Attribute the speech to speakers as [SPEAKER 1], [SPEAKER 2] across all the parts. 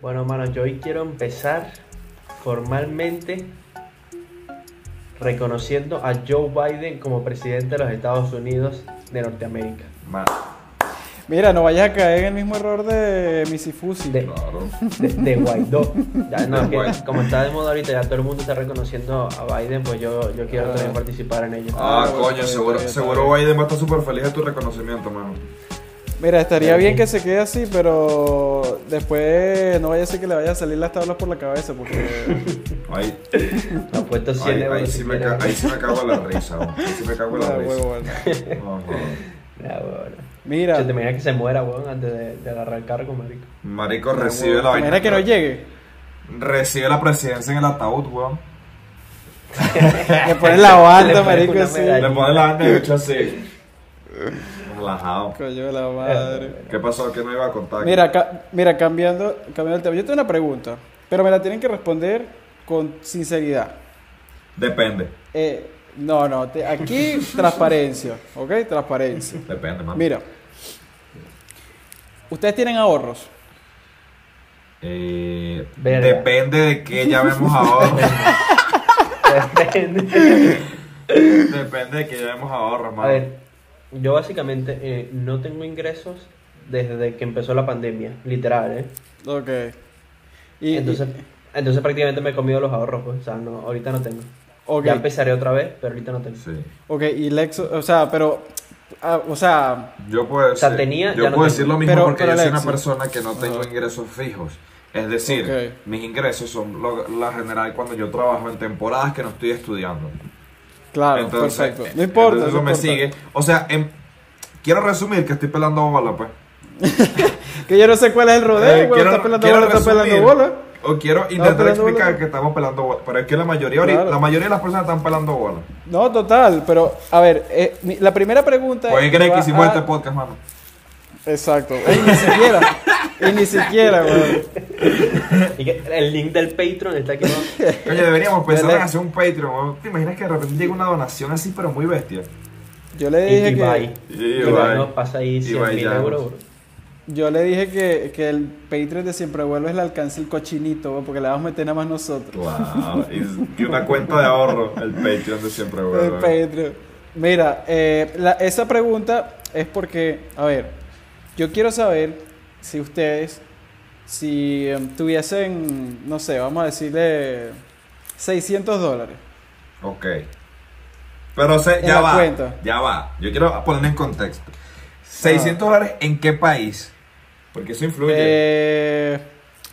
[SPEAKER 1] Bueno, mano, yo hoy quiero empezar formalmente reconociendo a Joe Biden como presidente de los Estados Unidos de Norteamérica.
[SPEAKER 2] Más.
[SPEAKER 3] Mira, no vayas a caer en el mismo error de Misifusi.
[SPEAKER 1] De,
[SPEAKER 2] Claro.
[SPEAKER 1] de, de Guaidó. Ya, no, es que
[SPEAKER 2] Guaidó.
[SPEAKER 1] como está de moda ahorita, ya todo el mundo está reconociendo a Biden, pues yo, yo quiero
[SPEAKER 3] Ah.
[SPEAKER 1] también participar en ello.
[SPEAKER 2] Ah,
[SPEAKER 3] Ah,
[SPEAKER 2] coño,
[SPEAKER 3] bueno,
[SPEAKER 2] seguro,
[SPEAKER 3] está bien, está
[SPEAKER 2] seguro
[SPEAKER 3] bien.
[SPEAKER 2] Biden va a estar súper feliz de tu reconocimiento, mano.
[SPEAKER 3] Mira, estaría
[SPEAKER 1] Ok.
[SPEAKER 3] bien que se quede así, pero después no vaya a ser que le vaya a salir las tablas por la cabeza, porque
[SPEAKER 2] Ahí,
[SPEAKER 1] No, pues estos 100
[SPEAKER 2] ahí,
[SPEAKER 1] euros
[SPEAKER 2] ahí
[SPEAKER 1] si
[SPEAKER 2] sí me
[SPEAKER 1] quieren.
[SPEAKER 2] ca- ahí sí me cago en la risa, weón. Ahí sí me cago en la
[SPEAKER 3] la
[SPEAKER 2] risa.
[SPEAKER 3] huevona.
[SPEAKER 2] No, no.
[SPEAKER 1] Ya, bueno.
[SPEAKER 3] Mira,
[SPEAKER 1] Se te imaginas que se muera, weón, antes de, de agarrar el cargo, marico.
[SPEAKER 2] Marico
[SPEAKER 3] la
[SPEAKER 2] recibe
[SPEAKER 3] huevona.
[SPEAKER 2] la
[SPEAKER 3] Mira que no llegue.
[SPEAKER 2] Recibe la presidencia en el ataúd, weón.
[SPEAKER 3] Le ponen la banda,
[SPEAKER 1] Le ponen
[SPEAKER 3] marico,
[SPEAKER 1] una
[SPEAKER 3] así.
[SPEAKER 1] medalla.
[SPEAKER 2] Le pone la banda y hecho así. Relajado.
[SPEAKER 3] Coño de la madre.
[SPEAKER 2] ¿Qué pasó? ¿Qué no iba a contar? aquí?
[SPEAKER 3] Mira, ca- mira cambiando, cambiando el tema. Yo tengo una pregunta, pero me la tienen que responder con sinceridad.
[SPEAKER 2] Depende.
[SPEAKER 3] Eh, no, no, te- aquí transparencia, ¿ok? Transparencia.
[SPEAKER 2] Depende, mano.
[SPEAKER 3] Mira, ustedes tienen ahorros.
[SPEAKER 2] Eh,
[SPEAKER 1] Verga.
[SPEAKER 2] depende de qué llamemos ahorros.
[SPEAKER 1] Depende.
[SPEAKER 2] depende de qué llamemos ahorros, mano.
[SPEAKER 1] A ver, yo básicamente eh, no tengo ingresos desde que empezó la pandemia, literal, ¿eh?
[SPEAKER 3] Ok. Y,
[SPEAKER 1] Entonces,
[SPEAKER 3] y-
[SPEAKER 1] entonces prácticamente me he comido los ahorros, pues. O sea, no, ahorita no tengo.
[SPEAKER 3] ok,
[SPEAKER 1] Ya empezaré otra vez, pero ahorita no tengo.
[SPEAKER 2] Sí.
[SPEAKER 3] ok, y Lexus, o sea, pero, ah, o sea,
[SPEAKER 2] Yo puedo decir,
[SPEAKER 1] sea, tenía,
[SPEAKER 2] yo
[SPEAKER 1] ya no tengo.
[SPEAKER 2] puedo decir lo mismo
[SPEAKER 3] Pero-
[SPEAKER 2] porque
[SPEAKER 3] pero
[SPEAKER 2] yo soy una
[SPEAKER 3] Alexis.
[SPEAKER 2] persona que no tengo
[SPEAKER 3] Ajá.
[SPEAKER 2] ingresos fijos. Es decir,
[SPEAKER 3] Ok.
[SPEAKER 2] mis ingresos son lo- la general cuando yo trabajo en temporadas que no estoy estudiando.
[SPEAKER 3] claro,
[SPEAKER 2] entonces,
[SPEAKER 3] perfecto. No importa.
[SPEAKER 2] entonces eso
[SPEAKER 3] no
[SPEAKER 2] me
[SPEAKER 3] importa.
[SPEAKER 2] sigue. O sea, em- quiero resumir que estoy pelando bola, pues.
[SPEAKER 3] Que yo no sé cuál es el rodeo,
[SPEAKER 2] Eh,
[SPEAKER 3] güey, está pelando bola, está pelando
[SPEAKER 2] resumir,
[SPEAKER 3] bola.
[SPEAKER 2] O quiero intentar
[SPEAKER 3] pelando
[SPEAKER 2] explicar
[SPEAKER 3] bola.
[SPEAKER 2] que estamos pelando bola. Pero es que la mayoría, ahorita-
[SPEAKER 3] Claro.
[SPEAKER 2] la mayoría de las personas están pelando bola.
[SPEAKER 3] No, total, pero, a ver, eh, mi- la primera pregunta
[SPEAKER 2] Pueden creer
[SPEAKER 3] va
[SPEAKER 2] que hicimos
[SPEAKER 3] a-
[SPEAKER 2] este podcast, mano.
[SPEAKER 3] Exacto, y ni siquiera, y ni siquiera, güey.
[SPEAKER 1] Y que el link del Patreon está aquí abajo.
[SPEAKER 2] Oye, deberíamos pensar en
[SPEAKER 3] Dele.
[SPEAKER 2] hacer un Patreon. ¿no? ¿Te imaginas que de repente llega una donación así, pero muy bestia?
[SPEAKER 3] Yo le
[SPEAKER 1] Y
[SPEAKER 3] dije que...
[SPEAKER 1] Ibai.
[SPEAKER 2] Y
[SPEAKER 1] Ibai
[SPEAKER 2] Ibai.
[SPEAKER 1] nos pasa ahí 100
[SPEAKER 2] Ibai
[SPEAKER 1] mil
[SPEAKER 2] Llanos.
[SPEAKER 1] euros, bro.
[SPEAKER 3] Yo le dije que, que el Patreon de Siempre Vuelvo es el alcance el cochinito, güey, porque le vamos a meter nada más nosotros.
[SPEAKER 2] Wow, y, y una cuenta de ahorro, el Patreon de siempre,
[SPEAKER 3] El
[SPEAKER 2] güey.
[SPEAKER 3] Patreon. Eh, Mira, eh, la- esa pregunta es porque, a ver, yo quiero saber si ustedes, si em, tuviesen, no sé, vamos a decirle 600 dólares.
[SPEAKER 2] Ok. Pero se,
[SPEAKER 3] En
[SPEAKER 2] ya
[SPEAKER 3] la
[SPEAKER 2] va,
[SPEAKER 3] cuenta.
[SPEAKER 2] ya va. Yo quiero poner en contexto. 600 dólares en qué país? Porque eso influye.
[SPEAKER 3] Ah. Eh,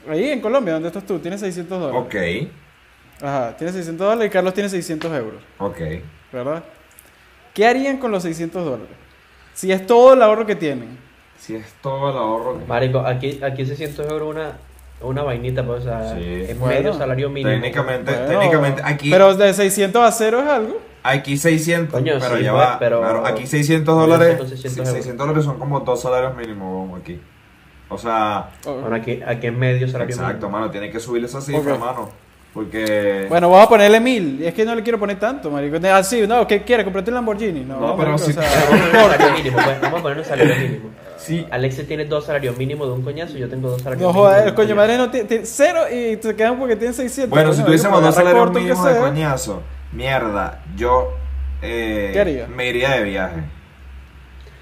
[SPEAKER 3] ahí en Colombia, donde estás tú, tienes 600 dólares.
[SPEAKER 2] ok,
[SPEAKER 3] Ajá, tienes 600 dólares y Carlos tiene 600 euros.
[SPEAKER 2] ok.
[SPEAKER 3] ¿verdad? ¿Qué harían con los 600 dólares? Si es todo el ahorro que tienen.
[SPEAKER 2] Si es todo el ahorro que...
[SPEAKER 1] Marico, aquí, aquí 600 euros una, una vainita, pues, o sea,
[SPEAKER 2] Sí.
[SPEAKER 1] es
[SPEAKER 3] Bueno.
[SPEAKER 1] medio salario mínimo.
[SPEAKER 2] Técnicamente,
[SPEAKER 3] Bueno,
[SPEAKER 2] técnicamente, aquí,
[SPEAKER 3] Pero de 600 a 0 es algo.
[SPEAKER 2] aquí 600,
[SPEAKER 1] Coño,
[SPEAKER 2] pero
[SPEAKER 1] sí,
[SPEAKER 2] ya
[SPEAKER 1] pues,
[SPEAKER 2] va,
[SPEAKER 1] pero-
[SPEAKER 2] claro, aquí
[SPEAKER 1] Yo
[SPEAKER 2] 600
[SPEAKER 1] no sé
[SPEAKER 2] dólares,
[SPEAKER 1] con 600
[SPEAKER 2] sí,
[SPEAKER 1] euros.
[SPEAKER 2] 600 dólares son como dos salarios mínimos güey, aquí. O sea,
[SPEAKER 1] Bueno, aquí, aquí es medio salario
[SPEAKER 2] Exacto,
[SPEAKER 1] mínimo.
[SPEAKER 2] mano, tiene que subir esa cifra,
[SPEAKER 3] Ok.
[SPEAKER 2] mano. Porque.
[SPEAKER 3] Bueno, vamos a ponerle 1000. Es que no le quiero poner tanto, marico. Así, no, ¿qué quieres? ¿Comprarte un Lamborghini? No,
[SPEAKER 2] No, pero
[SPEAKER 3] marico,
[SPEAKER 2] si-
[SPEAKER 3] o sea,
[SPEAKER 1] Vamos a poner un salario mínimo, pues, vamos a poner un salario mínimo.
[SPEAKER 2] sí.
[SPEAKER 1] Alexis tiene dos salarios mínimos de un coñazo, yo tengo dos salarios
[SPEAKER 3] no
[SPEAKER 1] mínimos.
[SPEAKER 3] joder,
[SPEAKER 1] de
[SPEAKER 3] los
[SPEAKER 1] un
[SPEAKER 3] coño
[SPEAKER 1] coñazo.
[SPEAKER 3] madre no tienen cero y te quedan porque tienen 600.
[SPEAKER 2] Bueno, si
[SPEAKER 3] coño,
[SPEAKER 2] tuviésemos
[SPEAKER 3] marico,
[SPEAKER 2] dos
[SPEAKER 3] agarra
[SPEAKER 2] salarios
[SPEAKER 3] corto,
[SPEAKER 2] mínimos
[SPEAKER 3] que
[SPEAKER 2] de
[SPEAKER 3] sea.
[SPEAKER 2] coñazo, mierda, yo. Eh,
[SPEAKER 3] ¿Qué haría?
[SPEAKER 2] Me iría de viaje.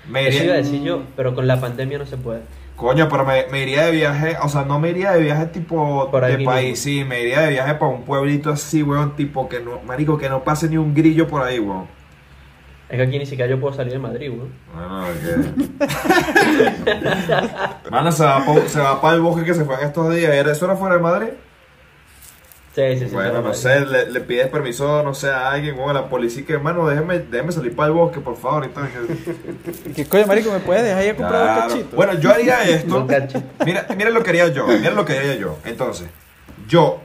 [SPEAKER 2] Me
[SPEAKER 1] Eso iba a
[SPEAKER 2] iría.
[SPEAKER 1] decir yo, pero con la pandemia no se puede.
[SPEAKER 2] Coño, pero me, me iría de viaje. O sea, no me iría de viaje tipo
[SPEAKER 1] Por ahí
[SPEAKER 2] de
[SPEAKER 1] mismo.
[SPEAKER 2] país, sí. Me iría de viaje para un pueblito así, weón. Tipo que no. Marico, que no pase ni un grillo por ahí, weón.
[SPEAKER 1] Es que aquí ni siquiera yo puedo salir de Madrid, weón.
[SPEAKER 2] Bueno, que. Mano, se va, pa- se va para el bosque que se fue en estos días. ¿Era- ¿Eso era fuera de Madrid?
[SPEAKER 1] Sí, sí, eh. sí.
[SPEAKER 2] Bueno,
[SPEAKER 1] claro,
[SPEAKER 2] no sé, le, le pides permiso, no sé, a alguien, o a la policía, que hermano, déjeme, déjeme salir para el bosque, por favor. y tal, que-
[SPEAKER 3] ¿Qué coño, marico? ¿Me puedes dejar ir a comprar
[SPEAKER 2] Claro.
[SPEAKER 3] dos cachitos?
[SPEAKER 2] Bueno, yo haría esto.
[SPEAKER 1] Dos cachitos.
[SPEAKER 2] Mira, mira lo que haría yo, mira lo que haría yo. Entonces, yo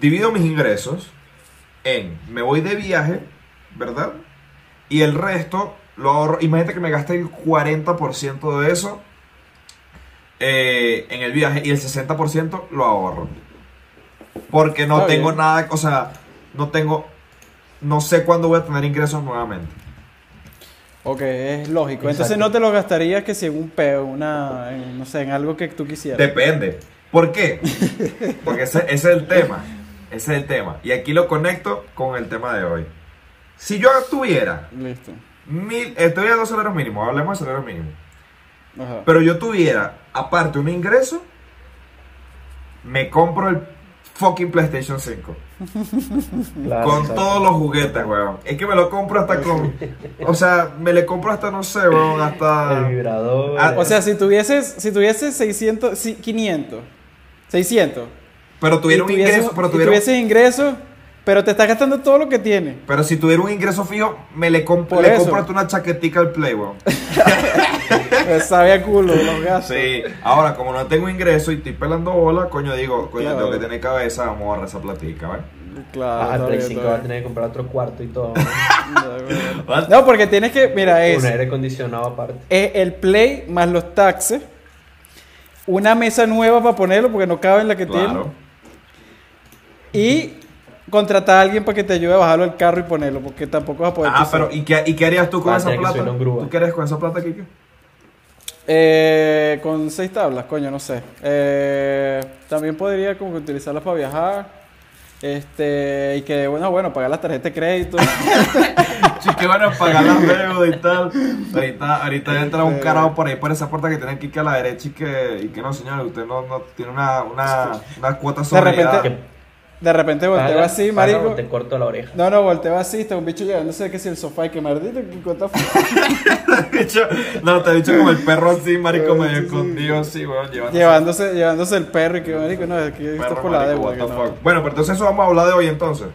[SPEAKER 2] divido mis ingresos en, me voy de viaje, ¿verdad? Y el resto lo ahorro, imagínate que me gaste el 40% de eso eh, en el viaje y el 60% lo ahorro. Porque no
[SPEAKER 3] Está
[SPEAKER 2] tengo
[SPEAKER 3] bien.
[SPEAKER 2] nada, o sea, no tengo, no sé cuándo voy a tener ingresos nuevamente.
[SPEAKER 3] Ok, es lógico. Entonces
[SPEAKER 1] Exacto.
[SPEAKER 3] no te lo gastarías que si en un peo, una, en, no sé, en algo que tú quisieras.
[SPEAKER 2] Depende. ¿Por qué? Porque ese, ese es el tema. Ese es el tema. Y aquí lo conecto con el tema de hoy. Si yo tuviera
[SPEAKER 3] Listo.
[SPEAKER 2] mil, estoy a dos salarios mínimos, hablemos de salarios mínimos.
[SPEAKER 3] Ajá.
[SPEAKER 2] Pero yo tuviera, aparte, un ingreso, me compro el fucking PlayStation 5.
[SPEAKER 1] Claro,
[SPEAKER 2] con
[SPEAKER 1] Ah, exacto.
[SPEAKER 2] todos los juguetes, weón. Es que me lo compro hasta con. O sea, me le compro hasta, no sé, weón, hasta.
[SPEAKER 1] El vibrador.
[SPEAKER 2] Ah,
[SPEAKER 3] O sea, si tuvieses, si tuvieses 600, sí, 500, 600.
[SPEAKER 2] Pero tuviera
[SPEAKER 3] y
[SPEAKER 2] un
[SPEAKER 3] tuvieses-
[SPEAKER 2] ingreso, pero
[SPEAKER 3] y
[SPEAKER 2] tuviera.
[SPEAKER 3] tuvieses ingreso, pero te estás gastando todo lo que tienes.
[SPEAKER 2] Pero si tuviera un ingreso fijo, me le, comp-
[SPEAKER 3] Por
[SPEAKER 2] le
[SPEAKER 3] eso.
[SPEAKER 2] compro hasta una chaquetica al Play, weón.
[SPEAKER 3] Me sabe a culo los gastos.
[SPEAKER 2] Sí. Ahora, como no tengo ingreso y estoy pelando bola, coño, digo, coño,
[SPEAKER 3] Claro.
[SPEAKER 2] tengo que tener cabeza, vamos a ahorrar esa platica, ¿vale?
[SPEAKER 3] Claro.
[SPEAKER 1] Ah, el
[SPEAKER 3] está
[SPEAKER 1] Play
[SPEAKER 3] bien,
[SPEAKER 1] 5 va
[SPEAKER 3] está
[SPEAKER 1] a
[SPEAKER 3] bien.
[SPEAKER 1] tener que comprar otro cuarto y todo.
[SPEAKER 2] What?
[SPEAKER 3] No, porque tienes que, mira, es,
[SPEAKER 1] Un aire acondicionado aparte.
[SPEAKER 3] es el play más los taxes, una mesa nueva para ponerlo porque no cabe en la que
[SPEAKER 2] Claro.
[SPEAKER 3] tiene y contratar a alguien para que te ayude a bajarlo al carro y ponerlo porque tampoco vas a poder.
[SPEAKER 2] Ah,
[SPEAKER 3] tú
[SPEAKER 2] pero
[SPEAKER 3] solo.
[SPEAKER 2] ¿y qué, ¿y qué harías tú con
[SPEAKER 1] Ah,
[SPEAKER 2] esa
[SPEAKER 1] tiene que
[SPEAKER 2] plata?
[SPEAKER 1] subirlo en grúa.
[SPEAKER 2] ¿Tú qué harías con esa plata, Kike?
[SPEAKER 3] Eh, con seis tablas, coño, no sé. Eh, también podría como que utilizarlas para viajar. Este, y que bueno, bueno, pagar las tarjetas de crédito.
[SPEAKER 2] Sí, que van a pagar las deudas y tal. Ahorita, ahorita entra un carajo por ahí por esa puerta que tiene Kike a la derecha y que, y que no, señor, usted no, no tiene una, una, una cuota
[SPEAKER 3] De
[SPEAKER 2] sobre
[SPEAKER 3] repente- De repente volteo
[SPEAKER 1] Paga-
[SPEAKER 3] así,
[SPEAKER 1] paga
[SPEAKER 3] marico.
[SPEAKER 1] o Te corto la oreja.
[SPEAKER 3] No, no, volteo así, está un bicho llegándose que si el sofá y que maldito, que cuánta fu-
[SPEAKER 2] No, te he dicho como el perro así, marico,
[SPEAKER 3] Sí,
[SPEAKER 2] medio
[SPEAKER 3] sí, sí.
[SPEAKER 2] escondido así, weón, llevándose
[SPEAKER 3] llevándose, llevándose el perro y que marico, no, es que esto es
[SPEAKER 2] Perro,
[SPEAKER 3] por la
[SPEAKER 2] marico,
[SPEAKER 3] deuda.
[SPEAKER 2] what
[SPEAKER 3] que
[SPEAKER 2] the
[SPEAKER 3] no.
[SPEAKER 2] fuck. Bueno, pero entonces eso vamos a hablar de hoy entonces.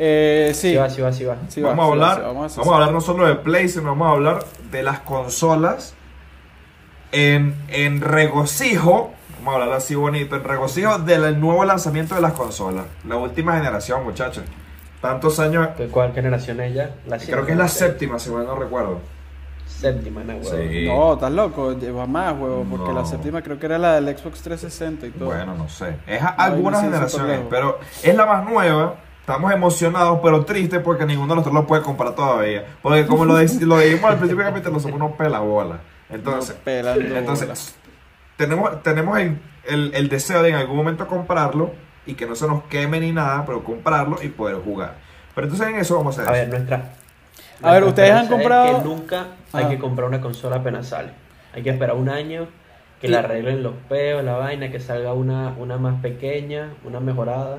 [SPEAKER 3] Eh, sí,
[SPEAKER 1] Sí va, sí va, sí va.
[SPEAKER 3] sí va,
[SPEAKER 2] vamos,
[SPEAKER 3] sí
[SPEAKER 2] a hablar,
[SPEAKER 3] va, sí va,
[SPEAKER 2] vamos,
[SPEAKER 3] vamos a-
[SPEAKER 2] a hablar no solo de Play, sino vamos a hablar de las consolas en, en regocijo. Vamos a hablar así bonito, en regocijo del nuevo lanzamiento de las consolas. La última generación, muchachos. Tantos años,
[SPEAKER 1] ¿Qué- ¿Cuál generación es ya? La
[SPEAKER 2] creo que es la séptima, si mal no recuerdo.
[SPEAKER 1] Séptima, no, weón.
[SPEAKER 2] Sí.
[SPEAKER 3] No, estás loco, lleva más, huevo, porque la
[SPEAKER 2] No.
[SPEAKER 3] séptima creo que era la del Xbox 360 y todo.
[SPEAKER 2] Bueno, no sé. Es a-
[SPEAKER 3] No,
[SPEAKER 2] algunas
[SPEAKER 3] yo no sé, eso
[SPEAKER 2] generaciones,
[SPEAKER 3] tampoco.
[SPEAKER 2] pero es la más nueva. Estamos emocionados, pero tristes porque ninguno de nosotros lo puede comprar todavía. Porque como lo, dec- lo dijimos al principio del capítulo, somos unos pelabolas. Entonces,
[SPEAKER 3] No, pelando bolas.
[SPEAKER 2] Entonces, tenemos, tenemos el, el- el deseo de en algún momento comprarlo y que no se nos queme ni nada, pero comprarlo y poder jugar. Pero entonces en eso vamos a
[SPEAKER 1] A
[SPEAKER 2] hacer.
[SPEAKER 1] ver, nuestra.
[SPEAKER 3] A ver,
[SPEAKER 1] nuestra
[SPEAKER 3] ustedes han
[SPEAKER 1] experiencia es
[SPEAKER 3] comprado-
[SPEAKER 1] que nunca hay
[SPEAKER 3] Ah.
[SPEAKER 1] que comprar una consola apenas sale. Hay que esperar un año que le
[SPEAKER 3] Y-
[SPEAKER 1] arreglen los peos, la vaina, que salga una, una más pequeña, una mejorada.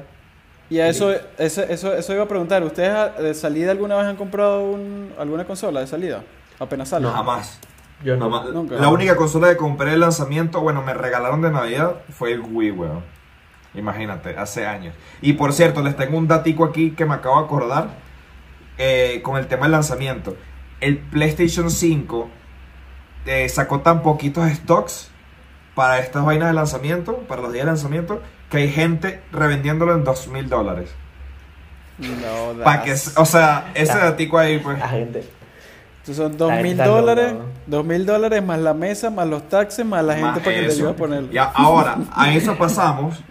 [SPEAKER 3] Y a eso, eso, eso, eso iba a preguntar, ¿ustedes a- de salida alguna vez han comprado un- alguna consola de salida? Apenas sale.
[SPEAKER 1] No.
[SPEAKER 2] Jamás.
[SPEAKER 1] Yo no.
[SPEAKER 2] Jamás.
[SPEAKER 3] Nunca.
[SPEAKER 2] La única consola que compré el lanzamiento, bueno, me regalaron de Navidad, fue el Wii, weón. Imagínate, hace años. Y por cierto, les tengo un datico aquí que me acabo de acordar eh, con el tema del lanzamiento. El PlayStation 5 eh, sacó tan poquitos stocks para estas vainas de lanzamiento, para los días de lanzamiento, que hay gente revendiéndolo en dos mil dólares.
[SPEAKER 3] No, das.
[SPEAKER 2] Para que, o sea, ese datico ahí, pues.
[SPEAKER 1] La Ah, gente.
[SPEAKER 3] Entonces son dos mil
[SPEAKER 1] Está loca,
[SPEAKER 3] dólares,
[SPEAKER 1] ¿no?
[SPEAKER 3] dos mil dólares más la mesa, más los taxes, más la gente
[SPEAKER 2] Más
[SPEAKER 3] para que te
[SPEAKER 2] eso.
[SPEAKER 3] ayude a ponerlo.
[SPEAKER 2] Ya, ahora, a eso pasamos.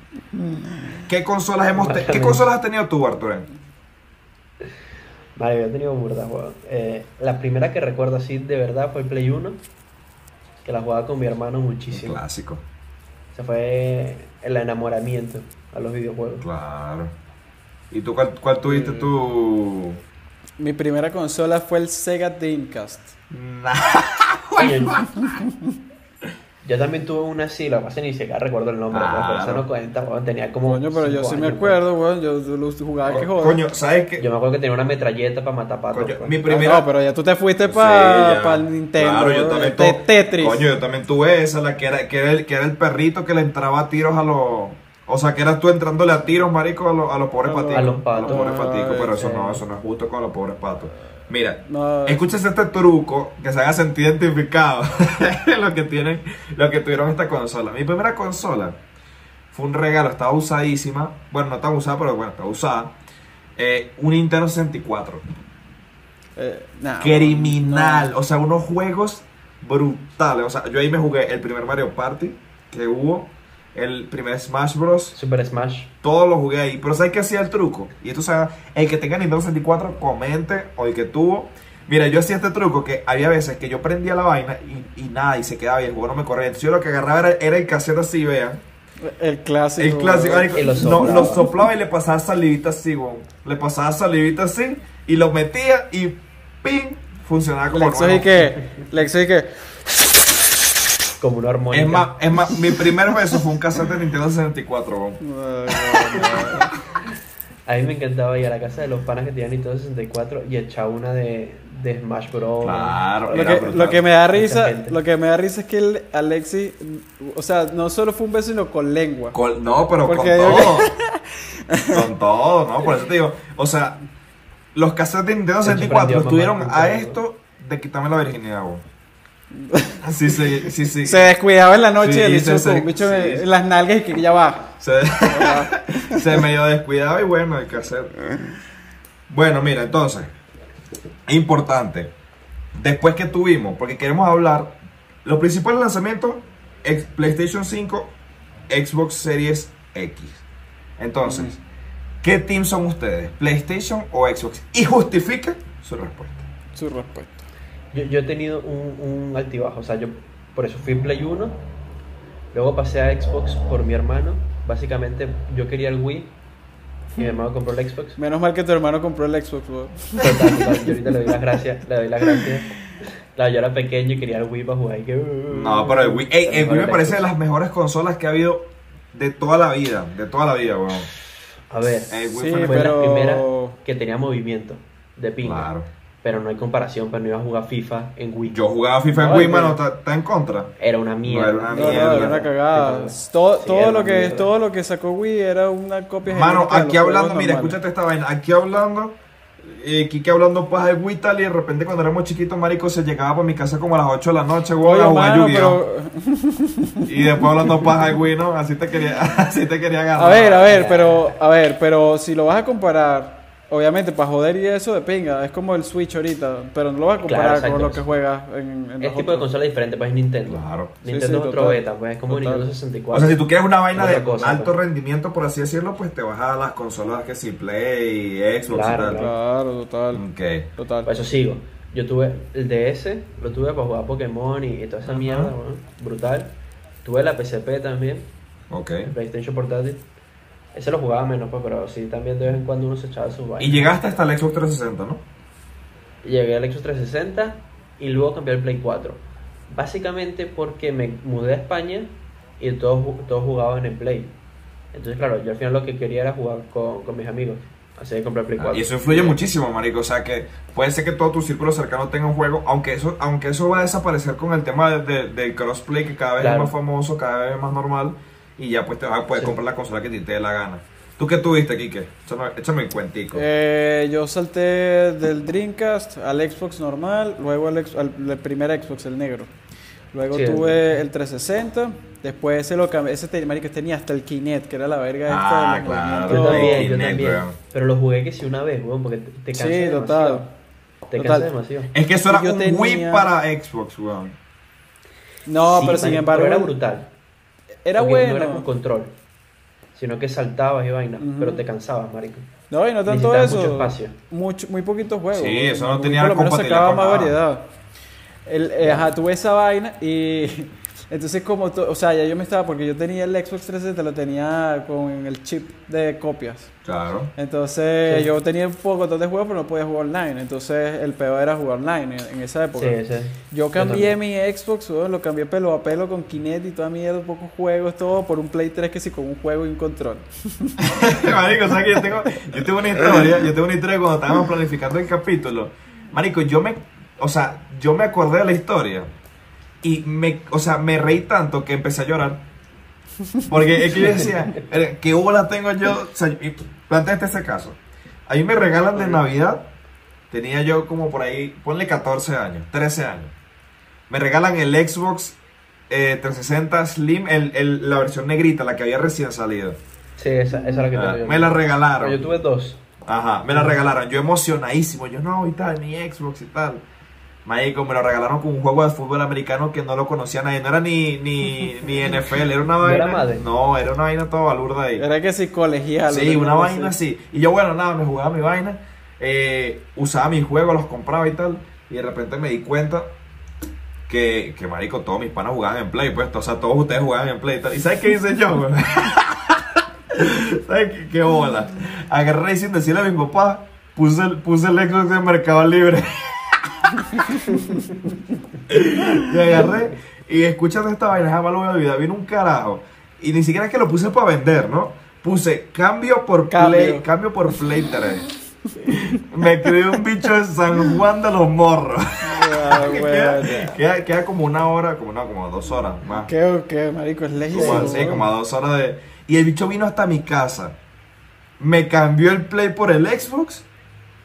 [SPEAKER 2] ¿Qué consolas hemos te- ¿Qué consolas has tenido tú, Arturo?
[SPEAKER 1] Vale, yo he tenido burdas, weón. Eh, la primera que recuerdo así de verdad fue el Play 1, que la jugaba con mi hermano muchísimo.
[SPEAKER 2] Clásico.
[SPEAKER 1] Se fue el enamoramiento a los videojuegos.
[SPEAKER 2] Claro. ¿Y tú cuál, cuál tuviste
[SPEAKER 1] Eh.
[SPEAKER 2] tú?
[SPEAKER 3] Mi primera consola fue el Sega Dreamcast.
[SPEAKER 2] Nah.
[SPEAKER 1] Oye, Yo también tuve una así, lo que pasa es que ni siquiera recuerdo el nombre,
[SPEAKER 2] Claro.
[SPEAKER 1] pero eso no cuenta, weón, tenía como.
[SPEAKER 3] Coño, pero yo
[SPEAKER 1] cinco
[SPEAKER 3] sí me
[SPEAKER 1] años,
[SPEAKER 3] acuerdo, weón, yo lo jugaba Ah, que joder.
[SPEAKER 2] Coño, ¿sabes
[SPEAKER 1] weón.
[SPEAKER 2] qué?
[SPEAKER 1] Yo me acuerdo que tenía una metralleta para matar patos.
[SPEAKER 2] Coño,
[SPEAKER 1] weón.
[SPEAKER 2] mi
[SPEAKER 3] Ah,
[SPEAKER 2] primera.
[SPEAKER 3] No, pero ya tú te fuiste
[SPEAKER 2] Sí,
[SPEAKER 3] para
[SPEAKER 2] ya.
[SPEAKER 3] el Nintendo.
[SPEAKER 2] Claro, yo
[SPEAKER 3] weón,
[SPEAKER 2] también
[SPEAKER 3] te-
[SPEAKER 2] tu-
[SPEAKER 3] Tetris.
[SPEAKER 2] Coño, yo también tuve esa, la que era, que era el, que era el perrito que le entraba a tiros a los. O sea, que eras tú entrándole a tiros, marico, a los, a los pobres
[SPEAKER 3] A los-
[SPEAKER 2] paticos.
[SPEAKER 1] a los patos.
[SPEAKER 2] pobres paticos, pero eso
[SPEAKER 1] Ay,
[SPEAKER 2] no,
[SPEAKER 1] sí.
[SPEAKER 2] eso no es justo con los pobres patos. Mira,
[SPEAKER 3] No,
[SPEAKER 2] Escuches este truco que se haga sentir identificado. lo que tienen, lo que tuvieron esta consola. Mi primera consola fue un regalo, estaba usadísima. Bueno, no estaba usada, pero bueno, estaba usada. Eh, un Nintendo 64.
[SPEAKER 3] eh, nah,
[SPEAKER 2] Criminal.
[SPEAKER 3] no.
[SPEAKER 2] O sea, unos juegos brutales. O sea, yo ahí me jugué el primer Mario Party que hubo. El primer Smash Bros.
[SPEAKER 1] Super Smash.
[SPEAKER 2] Todo lo jugué ahí. Pero ¿sabes qué hacía el truco? Y esto, o sea, el que tenga Nintendo 64, comente, o el que tuvo, Mira, yo hacía este truco que había veces que yo prendía la vaina y, y nada, y se quedaba y el juego no me corría. Entonces yo lo que agarraba era, era el casero así, vean.
[SPEAKER 3] El clásico.
[SPEAKER 2] el clásico.
[SPEAKER 3] weón.
[SPEAKER 2] marico,
[SPEAKER 1] Y lo
[SPEAKER 2] no,
[SPEAKER 1] soplaba.
[SPEAKER 2] lo soplaba y le pasaba salivita así, weón. Le pasaba salivita así y lo metía y ¡ping! Funcionaba como
[SPEAKER 3] Lexo y
[SPEAKER 2] nuevo.
[SPEAKER 3] que. Lexo y que.
[SPEAKER 1] Como una armónica.
[SPEAKER 2] Es más, es más, mi primer beso fue un cassette de Nintendo 64, weón.
[SPEAKER 1] A mí me encantaba ir a la casa de los panas que tenían Nintendo 64 y echar una de, de Smash Bros.
[SPEAKER 2] Claro,
[SPEAKER 3] Lo
[SPEAKER 2] era
[SPEAKER 3] que,
[SPEAKER 2] brutal.
[SPEAKER 3] lo que me da risa,
[SPEAKER 1] Mucha gente.
[SPEAKER 3] lo que me da risa es que el Alexis, o sea, no solo fue un beso sino con lengua.
[SPEAKER 2] Con- no, pero
[SPEAKER 3] Porque
[SPEAKER 2] con
[SPEAKER 3] yo-
[SPEAKER 2] todo. con todo, ¿no? Por eso te digo. O sea, los cassettes de Nintendo
[SPEAKER 1] Se
[SPEAKER 2] 64
[SPEAKER 1] prendió,
[SPEAKER 2] estuvieron
[SPEAKER 1] mamá,
[SPEAKER 2] a
[SPEAKER 1] nunca,
[SPEAKER 2] esto de quitarme la virginidad, güey. Sí, sí, sí, sí.
[SPEAKER 3] Se descuidaba en la noche
[SPEAKER 2] Sí,
[SPEAKER 3] y le hizo
[SPEAKER 2] se- se-
[SPEAKER 3] con un bicho en-
[SPEAKER 2] sí.
[SPEAKER 3] en las nalgas y que ya va.
[SPEAKER 2] Se, se medio descuidaba y bueno, hay que hacer. Bueno, mira, entonces, importante. Después que tuvimos, porque queremos hablar, los principales lanzamientos, ex- PlayStation 5, Xbox Series X. Entonces, ¿qué team son ustedes? ¿PlayStation o Xbox? Y justifica su respuesta.
[SPEAKER 3] Su respuesta.
[SPEAKER 1] Yo, yo he tenido un, un altibajo, o sea, yo por eso fui Play 1, luego pasé a Xbox por mi hermano, básicamente yo quería el Wii y mi hermano compró el Xbox.
[SPEAKER 3] Menos mal que tu hermano compró el Xbox, weón.
[SPEAKER 1] Total, total, yo ahorita le doy las gracias, le doy las gracias. Claro, yo era pequeño y quería el Wii para jugar y que... uh,
[SPEAKER 2] No, pero el Wii, ey,
[SPEAKER 1] Pero
[SPEAKER 2] el
[SPEAKER 1] para
[SPEAKER 2] Wii me
[SPEAKER 1] el
[SPEAKER 2] parece de
[SPEAKER 1] Xbox.
[SPEAKER 2] las mejores consolas que ha habido de toda la vida, de toda la vida, weón.
[SPEAKER 1] A ver,
[SPEAKER 2] El Wii
[SPEAKER 3] Sí, pues,
[SPEAKER 2] fue la-
[SPEAKER 1] fue
[SPEAKER 3] pero-
[SPEAKER 1] la primera que tenía movimiento de pinga,
[SPEAKER 2] Claro.
[SPEAKER 1] pero no hay comparación, pero no iba a jugar FIFA en Wii.
[SPEAKER 2] Yo jugaba FIFA en
[SPEAKER 3] No,
[SPEAKER 2] Wii,
[SPEAKER 3] es
[SPEAKER 2] mano,
[SPEAKER 3] que-
[SPEAKER 2] está está en contra.
[SPEAKER 1] Era una mierda.
[SPEAKER 2] No, era una
[SPEAKER 3] No, no,
[SPEAKER 2] mierda.
[SPEAKER 3] era Ah, una cagada. Todo,
[SPEAKER 1] Sí,
[SPEAKER 3] todo
[SPEAKER 1] era
[SPEAKER 3] lo
[SPEAKER 1] una
[SPEAKER 3] que,
[SPEAKER 1] mierda.
[SPEAKER 3] todo lo que sacó Wii era una copia
[SPEAKER 2] Mano,
[SPEAKER 3] genérica de
[SPEAKER 2] aquí
[SPEAKER 3] los juegos
[SPEAKER 2] hablando, mira,
[SPEAKER 3] normales.
[SPEAKER 2] escúchate esta vaina. Aquí hablando, eh, Kike hablando paja de Wii tal, y de repente cuando éramos chiquitos, marico, se llegaba por mi casa como a las 8 este de la noche, güey,
[SPEAKER 3] Oye,
[SPEAKER 2] a jugar
[SPEAKER 3] mano,
[SPEAKER 2] Yu-Gi-Oh!
[SPEAKER 3] pero-
[SPEAKER 2] Y después hablando paja de Wii, ¿no? Así te quería, así te quería agarrar.
[SPEAKER 3] A ver, a ver, pero, a ver, pero si lo vas a comparar, obviamente para joder y eso de pinga, es como el Switch ahorita, pero no lo vas a
[SPEAKER 1] Claro,
[SPEAKER 3] comparar
[SPEAKER 1] exacto.
[SPEAKER 3] con lo que juegas en, en
[SPEAKER 1] Es
[SPEAKER 3] los
[SPEAKER 1] tipo de
[SPEAKER 3] otros.
[SPEAKER 1] consola diferente, pues es Nintendo.
[SPEAKER 2] Claro.
[SPEAKER 1] Nintendo
[SPEAKER 3] Sí, sí,
[SPEAKER 1] es otro
[SPEAKER 3] total.
[SPEAKER 1] beta, pues es como
[SPEAKER 3] Total.
[SPEAKER 1] Nintendo
[SPEAKER 2] O
[SPEAKER 1] 64.
[SPEAKER 2] sea, si tú quieres una vaina de
[SPEAKER 1] Otra cosa,
[SPEAKER 2] alto
[SPEAKER 1] pues.
[SPEAKER 2] rendimiento, por así decirlo, pues te vas a las consolas que si Play, Xbox
[SPEAKER 1] Claro,
[SPEAKER 2] y tal.
[SPEAKER 3] Claro, total,
[SPEAKER 2] Ok.
[SPEAKER 3] total.
[SPEAKER 1] Por eso sigo. Yo tuve el DS, lo tuve para jugar Pokémon y, y toda esa mierda, weón, brutal. Tuve la PSP también,
[SPEAKER 2] Ok.
[SPEAKER 1] el PlayStation Portátil. Ese lo jugaba menos, pues, pero sí también de vez en cuando uno se echaba su
[SPEAKER 2] Y
[SPEAKER 1] baile.
[SPEAKER 2] llegaste hasta el Xbox 360, ¿no?
[SPEAKER 1] Llegué al Xbox 360 y luego cambié al Play 4. Básicamente porque me mudé a España y todos, ju- todos jugaban en el Play. Entonces, claro, yo al final lo que quería era jugar con, con mis amigos. Así que compré el Play
[SPEAKER 2] Ah,
[SPEAKER 1] 4.
[SPEAKER 2] Y eso influye muchísimo, marico. O sea que puede ser que todo tu círculo cercano tenga un juego, aunque eso, aunque eso va a desaparecer con el tema de- de- del crossplay que cada vez es
[SPEAKER 1] Claro.
[SPEAKER 2] más famoso, cada vez es más normal, y ya pues te vas a poder
[SPEAKER 1] Sí.
[SPEAKER 2] comprar la consola que a ti te dé la gana. ¿Tú qué tuviste, Kike? Échame, échame el cuentico.
[SPEAKER 3] Eh, yo salté del Dreamcast al Xbox normal, luego al, ex- al- al primer Xbox, el negro. Luego
[SPEAKER 1] Sí, el-
[SPEAKER 3] tuve el 360, después ese lo cambié, ese te- marico, tenía hasta el Kinect, que era la verga esta
[SPEAKER 2] Ah,
[SPEAKER 3] de los
[SPEAKER 2] claro,
[SPEAKER 1] Yo
[SPEAKER 3] movimientos.
[SPEAKER 1] también, yo
[SPEAKER 2] Kinect,
[SPEAKER 1] también.
[SPEAKER 2] weón.
[SPEAKER 1] Pero lo jugué que sí una vez, weón, porque te, te cansa
[SPEAKER 3] Sí,
[SPEAKER 1] demasiado.
[SPEAKER 3] total.
[SPEAKER 1] Te
[SPEAKER 3] total.
[SPEAKER 1] cansa demasiado.
[SPEAKER 2] es que eso era
[SPEAKER 3] yo
[SPEAKER 2] un
[SPEAKER 3] tenía-
[SPEAKER 2] Wii para Xbox, weón.
[SPEAKER 3] No,
[SPEAKER 1] Sí,
[SPEAKER 3] pero sin
[SPEAKER 1] marico,
[SPEAKER 3] embargo
[SPEAKER 1] era brutal.
[SPEAKER 3] era
[SPEAKER 1] porque
[SPEAKER 3] bueno.
[SPEAKER 1] No era con control, sino que saltabas y vaina,
[SPEAKER 3] Ujú.
[SPEAKER 1] pero te cansabas, marico.
[SPEAKER 3] No, y no tanto
[SPEAKER 1] Necesitabas
[SPEAKER 3] eso.
[SPEAKER 1] mucho espacio.
[SPEAKER 3] mucho- muy poquitos juegos.
[SPEAKER 2] Sí, eso no
[SPEAKER 3] Muy-
[SPEAKER 2] tenía
[SPEAKER 3] Por lo menos
[SPEAKER 2] compatibilidad
[SPEAKER 3] sacaba
[SPEAKER 2] con
[SPEAKER 3] más
[SPEAKER 2] nada.
[SPEAKER 3] variedad. El, eh, ajá, tuve esa vaina y. Entonces, como. to- O sea, ya yo me estaba. Porque yo tenía el Xbox 360, lo tenía con el chip de copias.
[SPEAKER 2] Claro.
[SPEAKER 3] Entonces,
[SPEAKER 1] Sí.
[SPEAKER 3] yo tenía un poco de juegos, pero no podía jugar online. Entonces, el peor era jugar online en, en esa época.
[SPEAKER 1] Sí, sí.
[SPEAKER 3] Yo cambié
[SPEAKER 1] también.
[SPEAKER 3] mi Xbox, weón, lo cambié pelo a pelo con Kinect y toda mierda, pocos juegos, todo por un Play 3 que sí, con un juego y un control.
[SPEAKER 2] Marico, o sea que yo tengo, yo tengo una historia, yo tengo una historia de cuando estábamos planificando el capítulo. Marico, yo me, o sea, yo me acordé de la historia y me, o sea, me reí tanto que empecé a llorar. Porque es que yo decía, eh, ¿qué bola tengo yo? O sea, y planteaste ese caso. A mí me regalan de Navidad, tenía yo como por ahí, ponle 14 años, 13 años. Me regalan el Xbox eh, 360 Slim, el- el- la versión negrita, la que había recién salido.
[SPEAKER 1] Sí, esa, esa es la que
[SPEAKER 2] Ah,
[SPEAKER 1] tengo yo.
[SPEAKER 2] me la
[SPEAKER 1] Pero
[SPEAKER 2] regalaron.
[SPEAKER 1] Yo tuve dos.
[SPEAKER 2] Ajá, me la regalaron. Yo emocionadísimo. Yo no, y tal, mi Xbox y tal. Marico, me lo regalaron con un juego de fútbol americano que no lo conocía nadie. No era ni, ni, ni NFL, era una
[SPEAKER 1] ¿No
[SPEAKER 2] vaina.
[SPEAKER 1] era madre?
[SPEAKER 2] No, era una vaina toda balurda ahí.
[SPEAKER 3] Era que sí, colegial.
[SPEAKER 2] sí,
[SPEAKER 3] tenía
[SPEAKER 2] una
[SPEAKER 3] algo
[SPEAKER 2] vaina así. Y yo, bueno, nada, me jugaba mi vaina. eh, usaba mis juegos, los compraba y tal. Y de repente me di cuenta que, que marico, todos mis panas jugaban en Play, pues, o sea, todos ustedes jugaban en Play y tal. ¿Y sabes qué hice yo, güey? ¿Sabes qué, qué bola? Agarré y sin decirle a mis papás, puse el, puse el Xbox en Mercado Libre. y agarré y escuchando esta vaina, jamás lo voy a olvidar, vino un carajo. Y ni siquiera es que lo puse para vender, ¿no? Puse cambio por
[SPEAKER 3] Cambio.
[SPEAKER 2] Play, cambio por Play 3. Me escribió un bicho de San Juan de los Morros.
[SPEAKER 3] Ah,
[SPEAKER 2] Que
[SPEAKER 3] weón.
[SPEAKER 2] queda, queda- queda como una hora, como no, como dos horas más.
[SPEAKER 3] ¿Qué, qué, marico? Es ley.
[SPEAKER 2] Como así, como a dos horas de. Y el bicho vino hasta mi casa. Me cambió el play por el Xbox.